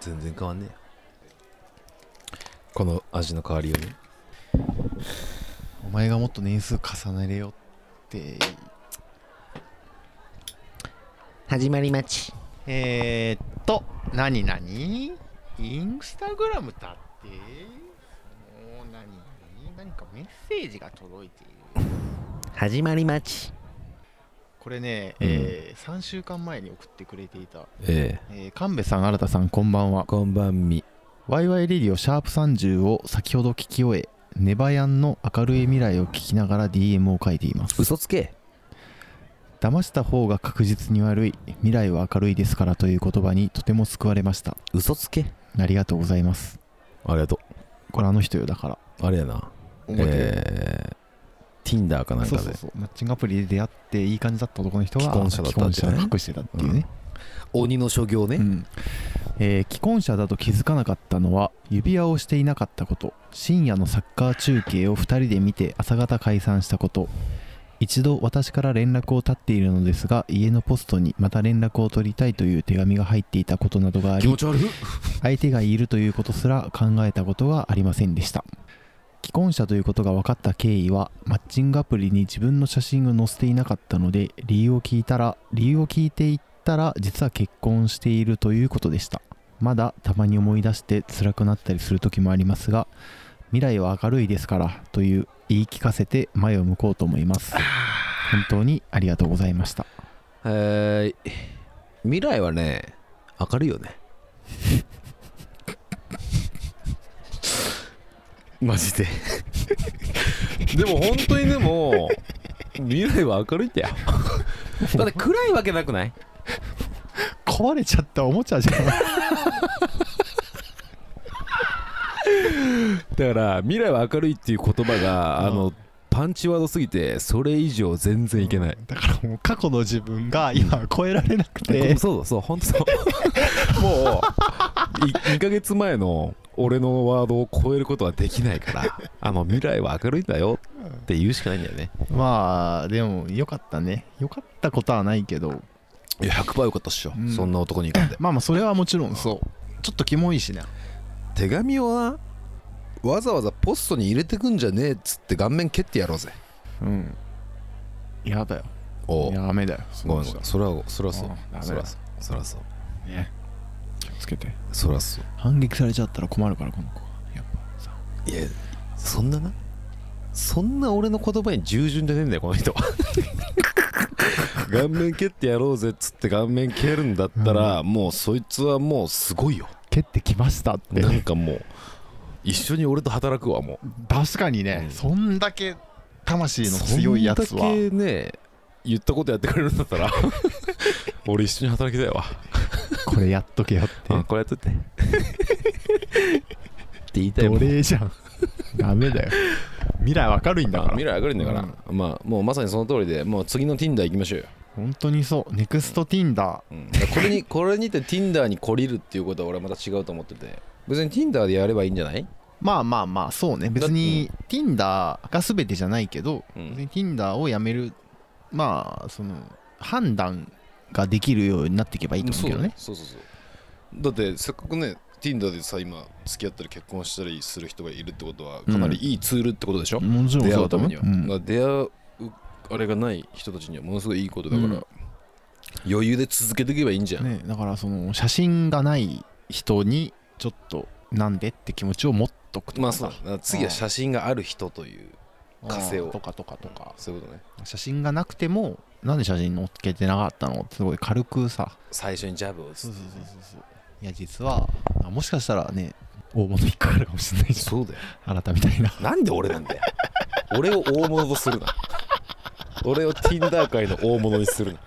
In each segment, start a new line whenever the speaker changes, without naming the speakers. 全然変わんねえこの味の変わりようね
お前がもっと年数重ねれよって
始まりまち
えー、っと何何インスタグラムだってもう何何何かメッセージが届いている
始まりまち
これね、えー、3週間前に送ってくれていた、
え
えー、神戸さん新田さんこんばんは
えこんばんみ
YY レディオシャープ30を先ほど聞き終えネバヤンの明るい未来を聞きながら DM を書いています
嘘つけ
騙した方が確実に悪い未来は明るいですからという言葉にとても救われました
嘘つけ
ありがとうございます
ありがと
これあの人よだから
うあれやな
覚え
えー、Tinder か
て
な
る
ん
そ
か
う
で
そうそうマッチングアプリで出会っていい感じだった男の人が
既婚者だったんだよね
既婚者を隠してたっていうね、
鬼の所業ね、
うんえー既婚者だと気づかなかったのは指輪をしていなかったこと深夜のサッカー中継を2人で見て朝方解散したこと一度私から連絡を絶っているのですが家のポストにまた連絡を取りたいという手紙が入っていたことなどがあ
気
り
持ち悪い
相手がいるということすら考えたことがありませんでした既婚者ということが分かった経緯はマッチングアプリに自分の写真を載せていなかったので理由を聞いたら理由を聞いていったら実は結婚しているということでしたまだたまに思い出して辛くなったりする時もありますが未来は明るいですからという言い聞かせて前を向こうと思います本当にありがとうございました
えー、未来はね明るいよね マジででも本当にでも未来は明るいん だよだって暗いわけなくない
壊れちゃったおもちゃじゃん
だから未来は明るいっていう言葉が、
うん
あのパンチワードすぎてそれ以上全然いけない、
だからもう過去の自分が今は超えられなく
こそうそう本当そう もうい2ヶ月前の俺のワードを超えることはできないからあの未来は明るいんだよって言うしかないんだよね
まあでもよかったねよかったことはないけど
いや100%よかったっしょ、
うん
そんな男に行かんで
まあまあそれはもちろんそうちょっとキモいしね
手紙をなわざわざポストに入れてくんじゃねえっつって顔面蹴ってやろうぜ
うんやだよ
おう
やめだよ
ごめんごめんそれはそれはそう
うんダメだ
それはそうそれはそう
ね気をつけて
それはそう
反撃されちゃったら困るからこの子はやっぱさ
いやそんななそんな俺の言葉に従順じゃねえんだよこの人 は顔面蹴ってやろうぜっつって顔面蹴るんだったら、もうそいつはもうすごいよ
蹴ってきましたって
なんかもう一緒に俺と働くわも
確かにね、
うん
そんだけ
う
魂の強いやつ
そん
は
だけね言ったことやってくれるんだった ら俺一緒に働きたいわ
これやっとけよって
うんこれやっといてって言いたいも
奴
ん
隷じゃんダメだよ未来明るいんだ
あ
から
未来明るいんだから、まあもうまさにその通りでもう次の Tinder 行きましょうよ
本当にそうネクストティンダー
うんこれに これにて Tinder に懲りるっていうことは俺はまた違うと思ってて別に Tinder でやればいいんじゃない
まあまあまあそうね別に Tinder が全てじゃないけど、
うん
別に Tinder をやめるまあその判断ができるようになっていけばいいと思うけどね
そうそうそうだってせっかくね Tinder でさ今付き合ったり結婚したりする人がいるってことはかなりいいツールってことでしょ、
もちろん
出
そ
会
う
うた
だと
め
思う
には、だから出会うあれがない人たちにはものすごいいいことだから、
うん
余裕で続けていけばいいんじゃん、
ね、だからその写真がない人にちょっとなんでって気持ちを持っとくとか
まあそうだだから次は写真がある人という
稼
枷を
とかとかとか
そういうことね
写真がなくてもなんで写真載っけてなかったのってすごい軽くさ
最初にジャブを打つ
そうそうそうそうそういや実はあもしかしたらね大物引っかかるかもしれないじ
そうだよ
ゃんあなたみたいな
なんで俺なんだよ俺を大物とするな俺を Tinder 界の大物にするな、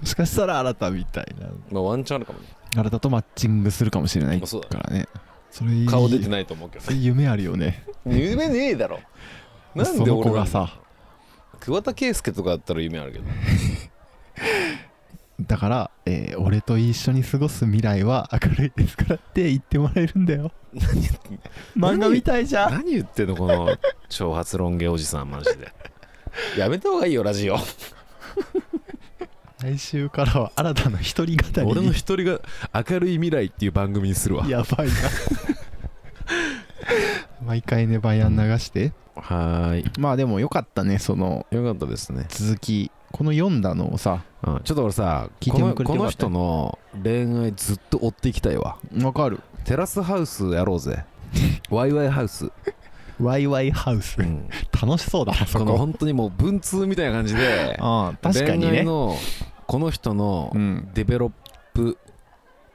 もしかしたら新たみたいな
まあ、ワンチャンあるかもね
新たとマッチングするかもしれない
まあそうだね
からねそれいい
顔出てないと思うけど
それ夢あるよね
夢ねえだろなん
そ
で
の
俺
子
な
が
んだ
さ
桑田佳祐とかだったら夢あるけど
だから、えー俺と一緒に過ごす未来は明るいですからって言ってもらえるんだよ漫画みたいじゃん
何言ってんのこの 挑発論芸おじさんマジでやめた方がいいよラジオ
は来週からは新たな一人語り
俺の一人が明るい未来っていう番組にするわ
やばいな毎回ねバイアン流して、
はーい
まあでもよかったねその
よかったですね、
続きこの読んだのをさ
うん、ちょっと俺さ
聞い
こ
ても
の
くれ
こ
てよ
の
かった
人の恋愛ずっと追っていきたいわ
わかる
テラスハウスやろう ぜワイワイハウス、
ワイワイハウス
うん、
楽しそうだなそ
この
こ
本当にもう文通みたいな感じで
ああ確かに
恋
ね
愛のこの人の
うん
デベロップ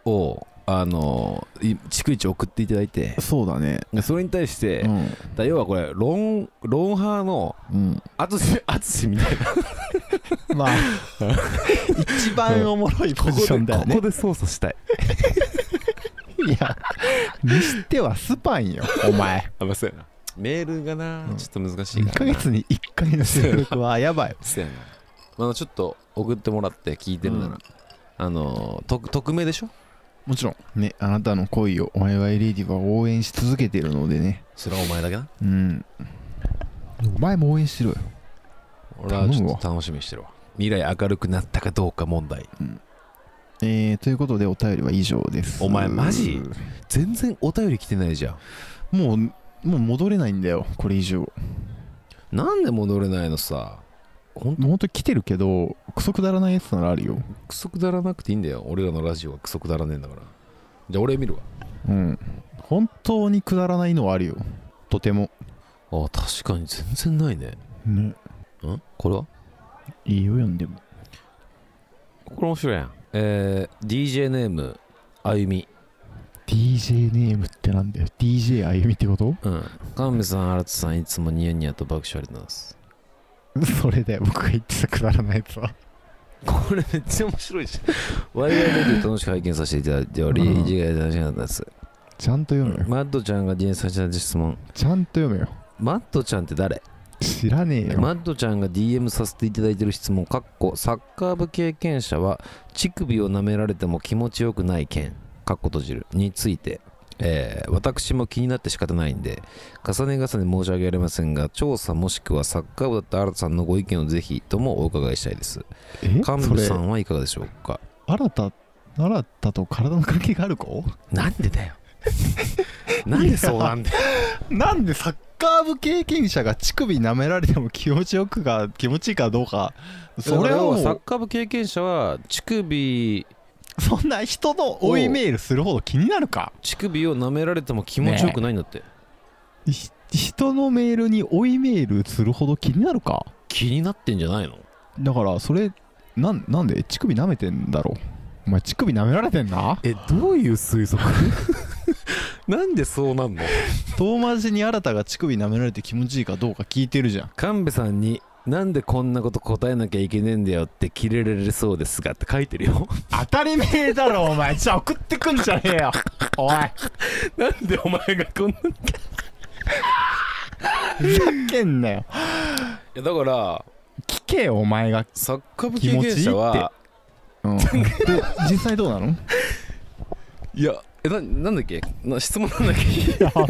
をあのい逐一送っていただいて
そうだね
でそれに対して、
う
だか
ん
ら要はこれロンロン派の
うん
淳淳みたいな
まあ一番おもろいポジションだよね
ここで操作したい
いやにしてはスパンよお 前
あまあそうやなメールがな、
うん
ちょっと難しい
1
か
から
な
月に1回の収録はやばい
そうやな、まあ、ちょっと送ってもらって聞いてるなら、
うん
あのと匿名でしょ
もちろんねあなたの恋をワイワイレディは応援し続けてるのでね
それはお前だけな
うんお前も応援しろよ
俺はちょっと楽しみにしてるわ未来明るくなったかどうか問題
えー、ということでお便りは以上です
お前マジ全然お便り来てないじゃん
もうもう戻れないんだよこれ以上
なんで戻れないのさほんと
本当来てるけどクソくだらないやつならあるよ
クソくだらなくていいんだよ俺らのラジオがクソくだらねえんだからじゃあ俺見るわ
うん本当にくだらないのはあるよとても
あ確かに全然ないね
ね
んこれはい
いよ読んでも
これ面白いやんえー、DJ ネームあゆみ
DJ ネームってなんだよ DJ あゆみってこと
うん神戸さん原田さんいつもニヤニヤと爆笑ありがとうございます
それだよ僕が言ってたくだらないやつは
これめっちゃ面白いじゃんワイワイレディ楽しく拝見させていただいており、
うん
次回楽しかったです、
ちゃんと読むよ
マッドちゃんが DM させた質問
ちゃんと読むよ
マッドちゃんって誰
知らねえよ、
マッドちゃんが DM させていただいてる質問かっこサッカー部経験者は乳首を舐められても気持ちよくない件かっこ閉じるについて、えー私も気になって仕方ないんで重ね重ね申し訳ありませんが調査もしくはサッカー部だった新田さんのご意見をぜひともお伺いしたいです
え
幹
そ
部
れ
さんはいかがでしょうか
新た新たと体の関係がある子
なんでだよ なんでそうなんだよ
なんでサッカー部経験者が乳首舐められても気持ちよくか気持ちいいかどうかそれはも
サッ
う
カー部経験者は乳首
そんな人の追いメールするほど気になるか
乳首を舐められても気持ちよくないんだって、
ひ人のメールに追いメールするほど気になるか
気になってんじゃないの
だからそれなんなんで乳首舐めてんだろお前乳首舐められてんな
えどういう推測 なんでそうなんの
遠回しに新たが乳首舐められて気持ちいいかどうか聞いてるじゃん
神戸さんになんでこんなこと答えなきゃいけねえんだよってキレられそうですがって書いてるよ
当たり前だろお前じゃあ送ってくんじゃねえよおい
なんでお前がこんない
ふざけんなよ
やだから
聞けよお前が、
サッカー部
気
経
持ちいいって
験者は
うん、で実際どうなの
いやえななんだっけな質問なんだっ け
やば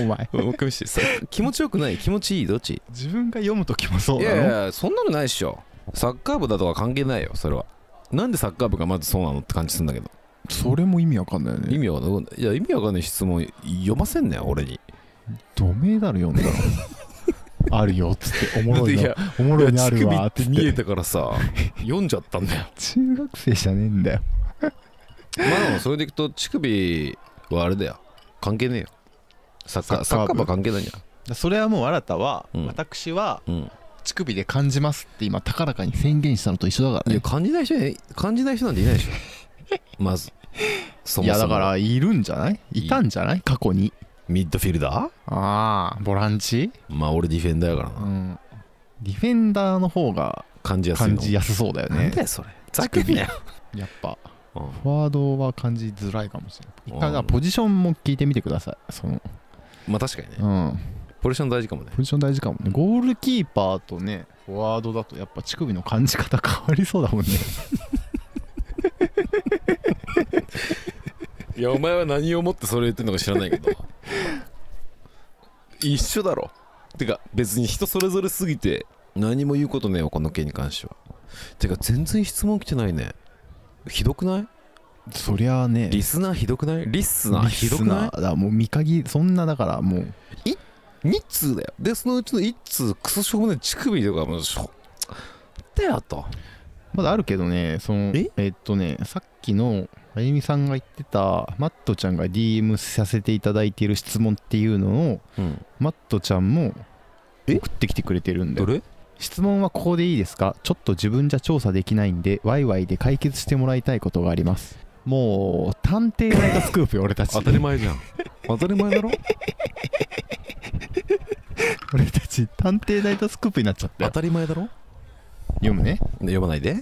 お前
もう一回見せてさ気持ちよくない気持ちいいどっち
自分が読む時もそう
い
な
や
の
いやそんなのないっしょサッカー部だとは関係ないよそれはなんでサッカー部がまずそうなのって感じするんだけど
それも意味わかんないよ
意味わかんないいや意味わかんない質問読ませんね俺に
ド名だろ読んだろ あるよっつっておもろい
い
な
や
おもろいのあるわっ
乳
つっ
首って見え
て
たからさ読んじゃったんだよ
中学生じゃねえんだよ
まあでもそれでいくと乳首はあれだよ関係ねえよサッカー
サ
サ
ッ
ッカー
カー部
部は関係ないじ
それはもう新たは、
うん
私は
ゃんうん
乳首で感じますって今高らかに宣言したのと一緒だから
い
ね
や感じない人に感じない人なんていないでしょ まずそ
い
もそ
や
も
だからいるんじゃないいたんじゃない過去に
ミッドフィルダー
ああボランチ
まあ俺ディフェンダーやから
う
なん
ディフェンダーの方が
感じやすい
感
の
じやすそうだよ
なん
ね
だよそれふざけんなよ
やっぱ
うん
フォワードは感じづらいかもしれない一回
うん
だからポジションも聞いてみてくださいその
まあ確かにね
うん
ポジション大事かもね
ポジション大事かもねゴールキーパーとねフォワードだとやっぱ乳首の感じ方変わりそうだ もんね
いやお前は何をもってそれ言ってるのか知らないけど 一緒だろてか別に人それぞれすぎて何も言うことねえよこの件に関してはてか全然質問来てないねひどくない
そりゃあね
リスナーひどくないリスナー
リ
ひど
ス
くな
ナ
い
ーだもう見限りそんなだからもう
2通だよでそのうちの1通クソしょうもない乳首とかもうしょだよと
まだあるけどねその
え
っとねさっきのあゆみさんが言ってたマットちゃんが DM させていただいている質問っていうのを
うん
マットちゃんも
え
送ってきてくれてるんだ
ど
よ
れ
質問はここでいいですかちょっと自分じゃ調査できないんでワイワイで解決してもらいたいことがありますもう探偵ナイトスクープよ俺たち
当たり前じゃん当たり前だ ろ
俺たち探偵ナイトスクープになっちゃった
当
よ
たり前だろ
読むね
読まないで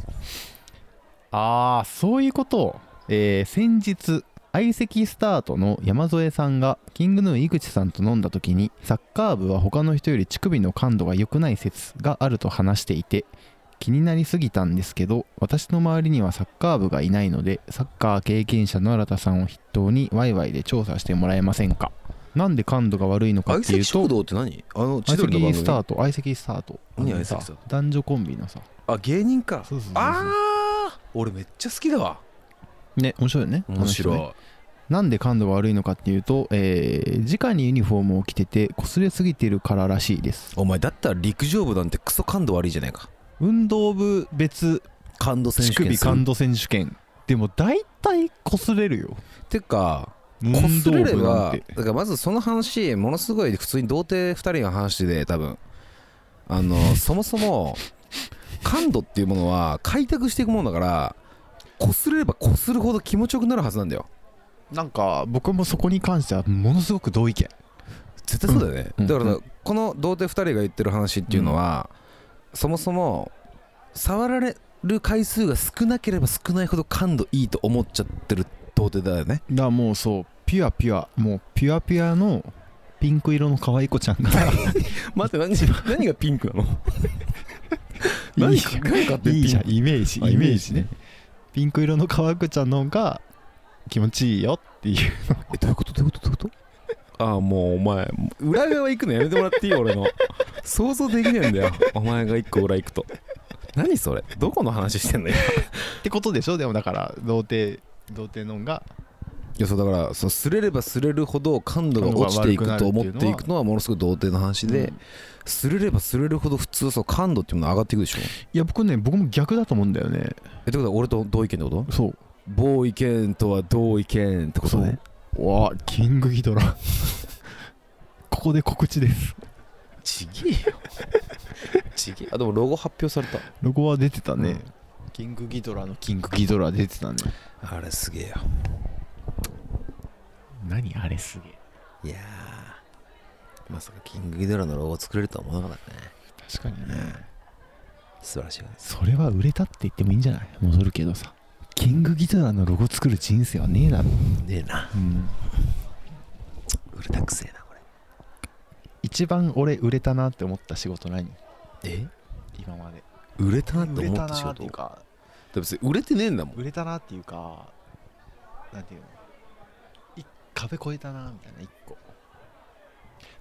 ああそういうこと、えー先日相席スタートの山添さんがキングヌー井口さんと飲んだ時にサッカー部は他の人より乳首の感度が良くない説があると話していて気になりすぎたんですけど私の周りにはサッカー部がいないのでサッカー経験者の新田さんを筆頭にワイワイで調査してもらえませんかなんで感度が悪いのかっ
相
てい
席
う
食
と
堂って何あの千
相
鳥の番組
席スタート相席スタート
何
あのさ
相席スター
男女コンビのさ
あ芸人か
そうそうそうそう
ああ俺めっちゃ好きだわ
ね面白いよね
面白
あの人ね
い
なんで感度が悪いのかっていうと、えー、直にユニフォームを着てて擦れすぎてるかららしいです
お前だったら陸上部なんてクソ感度悪いじゃないか
運動部別
感度選
乳
手権
首
する
感度選手権でも大体擦れるよ
てかこ
運
す
動
れれ
部なん
ば
て
だからまずその話ものすごい普通に童貞2人の話で多分あ のそもそも感度っていうものは開拓していくものだからこすれればこするほど気持ちよくなるはずなんだよ
なんか僕もそこに関してはものすごく同意見
絶対そうだよね、
うん
だから、
うん
この童貞2人が言ってる話っていうのは、そもそも触られる回数が少なければ少ないほど感度いいと思っちゃってる童貞だよね
だからもうそうピュアピュアもうピュアピュアのピンク色の可愛い子ちゃんが
待って 何何がピンクなの
い
何
いじゃん
が何がって
いいじゃ
ピン
んイメージ
あ
イメージねピンク色の可愛い子ちゃんの方が気持ちいいよっていう
えどういうことどういうことどういうことああもうお前裏側行くのやめてもらっていいよ俺の想像できねえんだよ お前が一個裏行くと何それどこの話してんの今
ってことでしょでもだから童貞童貞のんが
いやそうだからそうすれればすれるほど感度が落ちてい
感度
くと
が悪くな
思っ
るっていうのは
ていくのはものすごい童貞の話で、
うん
すれればすれるほど普通そう感度っていうもの上がっていくでしょ
いや僕ね僕も逆だと思うんだよね
えってことは俺と同意見ってこと
そう
同意見とは同意見ってことね
うわあキングギドラ ここで告知です
ちげえよ ちげえあでもロゴ発表された
ロゴは出てたね、キングギドラのキングギドラ出てたね
あれすげえよ
何あれす
い
げえ
やーまさかキングギドラのロゴ作れるとは思わなかったね
確かにね
素晴らしいです
それは売れたって言ってもいいんじゃない戻るけどさキングギドラのロゴ作る人生はねえだろ、
ねえな
うん、
売れたくせえなこれ
一番俺売れたなって思った仕事何
え
今まで
売れたなって
売れ
思
た
った仕
なって
事
いうか
だって売れてねえんだもん
売れたなっていうかなんていうのい壁越えたなみたいな一個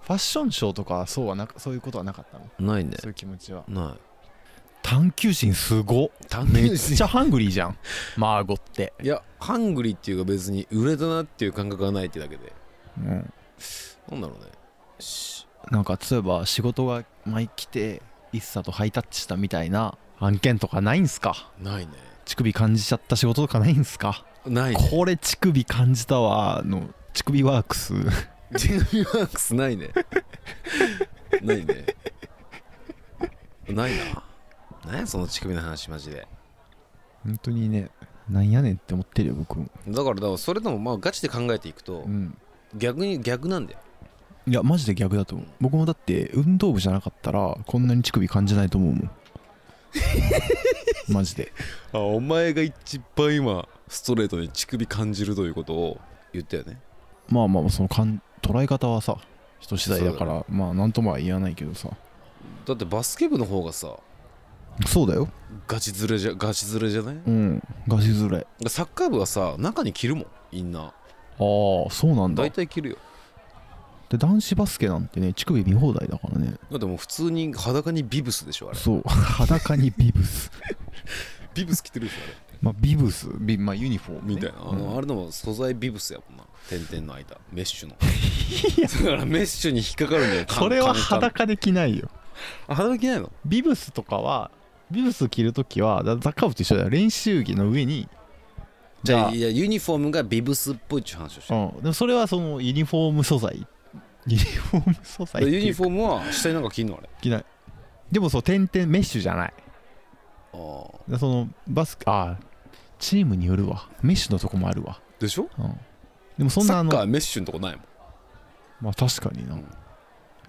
ファッションショーとかはそうはなかそういうことはなかったの
ないね
そういう気持ちは
な
探求心すご
い単
めっちゃハングリーじゃん マーゴって、
いやハングリーっていうか別に売れたなっていう感覚がないってだけで
うん、
なんだろうねし
なんか例えば仕事が前来て一茶とハイタッチしたみたいな案件とかないんすか
ないね
乳首感じちゃった仕事とかないんすか、
ないね
これ乳首感じたわの乳首ワークス
ジェミワークスないねないねないな何やその乳首の話マジで
本当にねなんやねんって思ってるよ僕も
だからだからそれでもまあガチで考えていくと
うん
逆に逆なんだよ
いやマジで逆だと思う僕もだって運動部じゃなかったらこんなに乳首感じないと思うも んマジで
あお前が一番今ストレートに乳首感じるということを言ったよね
まあまあまあその感捉え方はさ人次第だからまあなんともは言わないけどさ
だってバスケ部の方がさ
そうだよ
ガチズレじゃガチズレじゃない
うんガシズレ
サッカー部はさ中に着るもんインナー
ああそうなんだ
大体着るよ
で男子バスケなんてね乳首見放題だからね
だってもう普通に裸にビブスでしょあれ
そう裸にビブス
ビブス着てるでしょあれ
まあビブスビ、まあ、ユニフォームね、
みたいなあ
うん
のあれでも素材ビブスやもんな点々の間メッシュの だからメッシュに引っかかるん だよ
それは
簡単
裸で着ないよ
あ裸着ないの
ビブスとかはビブス着るときはだザッカー部と一緒だよ練習着の上に
じゃ
あ
あいやユニフォームがビブスっぽいっちゅう話をしてる
うん、でもそれはそのユニフォーム素材ユニフォーム素材
だからユニフ
ォー
ォームは下になんか着んのあれ
ム着ないでもそう点々メッシュじゃない
あー
でそのバスケあーチームによるわメッシュのとこもあるわ、
でしょ
うん、でもそんな
サ
あ
ッ
の
カーメッシュのとこないもん
まあ確かにな、
うん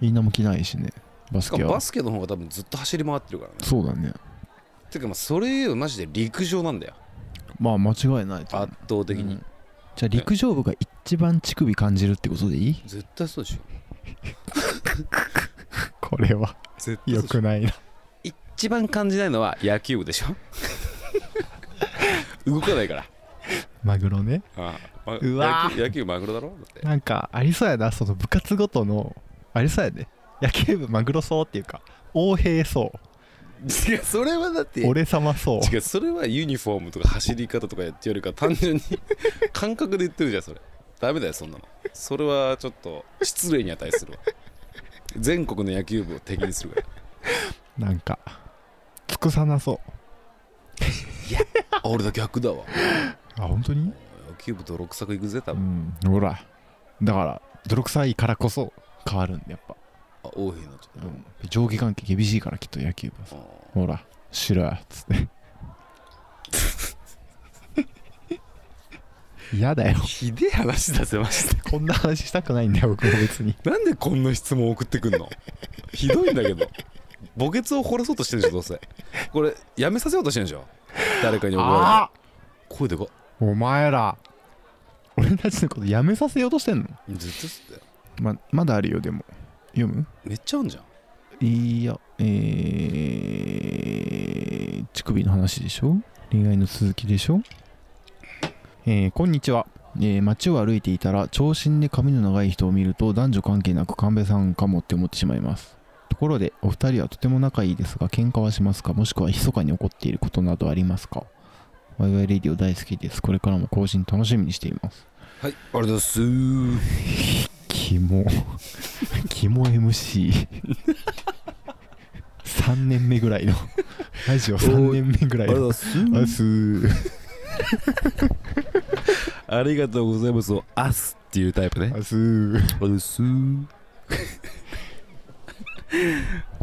みんなも着ないしねバ
し
ス
か
ケ
も
は
バスケの方が多分ずっと走り回ってるからね
そうだね
てかまあそれよりマジで陸上なんだよ
まあ間違いないと思う
圧倒的に、
うんじゃあ陸上部が一番乳首感じるってことでいい
絶対そうでしょ
これは
絶対
良くないな
一番感じないのは野球部でしょ 動かないから
マグロね
ああま
うわ
野球野球マグロだろだって
なんかありそうやなその部活ごとのありそうやね野球部マグロそうっていうか横平そう
違うそれはだって
俺様そう
違うそれはユニフォームとか走り方とかやってよりか単純に 感覚で言ってるじゃんそれダメだよそんなのそれはちょっと失礼に値するわ全国の野球部を敵にするから
なんかつくさなそう
あ俺だ逆だわ
あ本当に
野球部泥臭くいくぜ多
う
分、
んほらだから泥臭いからこそ変わるんでやっぱ、
あ王妃になっちゃった、
うん上下関係厳しいからきっと野球部はさ
あ
ほら白やっつって嫌だよ
あひでえ話だぜまして
こんな話したくないんだよ僕も別に
なんでこんな質問送ってくん のひどいんだけど墓穴を掘らそうとしてるでしょどうせこれやめさせようとしてるでしょ誰かに怒ら
あ
れて声でかっ
お前ら俺たちのことやめさせようとしてんの
ずっと吸ってたよ
ままだあるよでも読む
めっちゃあんじゃん
いやえー、乳首の話でしょ恋愛の続きでしょえー、こんにちは、えー、街を歩いていたら長身で髪の長い人を見ると男女関係なく神戸さんかもって思ってしまいますところでお二人はとても仲いいですが喧嘩はしますかもしくは密かに起こっていることなどありますかワイワイレディオ大好きですこれからも更新楽しみにしています
はいありがとうございますー
キモキモ MC3 年目ぐらいのラジオ3年目ぐらいの
ござい
あ
ます
すー
ありがとうございますをアスっていうタイプね
あすー
ありがとうございます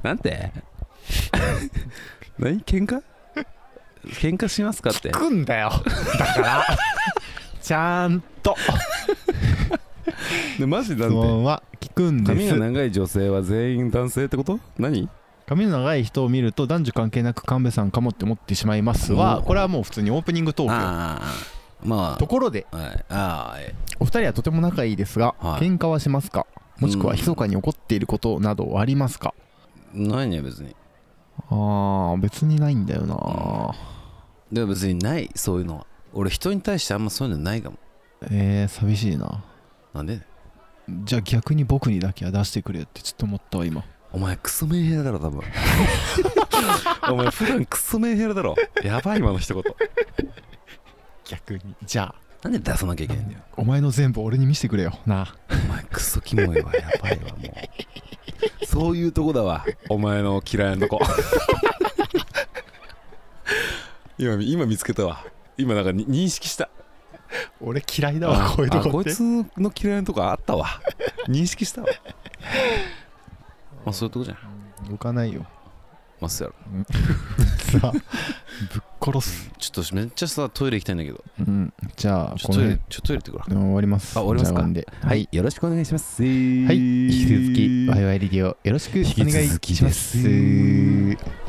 なん て何喧嘩喧嘩しますか って
くんだよだから ちゃんと
でマジな
質
んて
問は聞くんで
髪が
す
長い女性は全員男性ってこと何
髪の長い人を見ると男女関係なく神戸さんかもって思ってしまいます
お
は
ー
これはもう普通にオープニングトーク
ああま
ところで
あ、はい、ああえ
お二人はとても仲いいですが、
はい
喧嘩はしますかもしくは
うん
密かに起こっていることなどありますか、
ないね別に
あー別にないんだよな、
でも別にないそういうのは俺人に対してあんまそういうのないかも
えー、寂しいな
なんで
じゃあ逆に僕にだけは出してくれよってちょっと思ったわ今
お前クソメンヘラだろ多分お前普段クソメンヘラだろやばい今の一言
逆にじゃあ
なんで出さなきゃいけないんだよ
お前の全部俺に見せてくれよなあ
お前クソキモいわやばいわもうそういうとこだわお前の嫌いなとこ今今見つけたわ今なんかに認識した
俺嫌いだ
あ
わこういうと
あ
こ
こ
っ
い
て
つの嫌いなとこあった わ認識 したわまあそういうとこじゃん
動かないよ
まあそうやろ
さあぶっ殺す
ちょっとめっちゃさトイレ行きたいんだけど
うんじゃあ
ちょっ
ことの
トイレちょ
辺
っとトイレ行ってくるわ
でも終わります
あ終わりますか
じゃあんでは
はいいよろしくお願いします
はい引き続きワイ
い
ワイリディオよろしくお
引き
願い
続き
し
で
ますす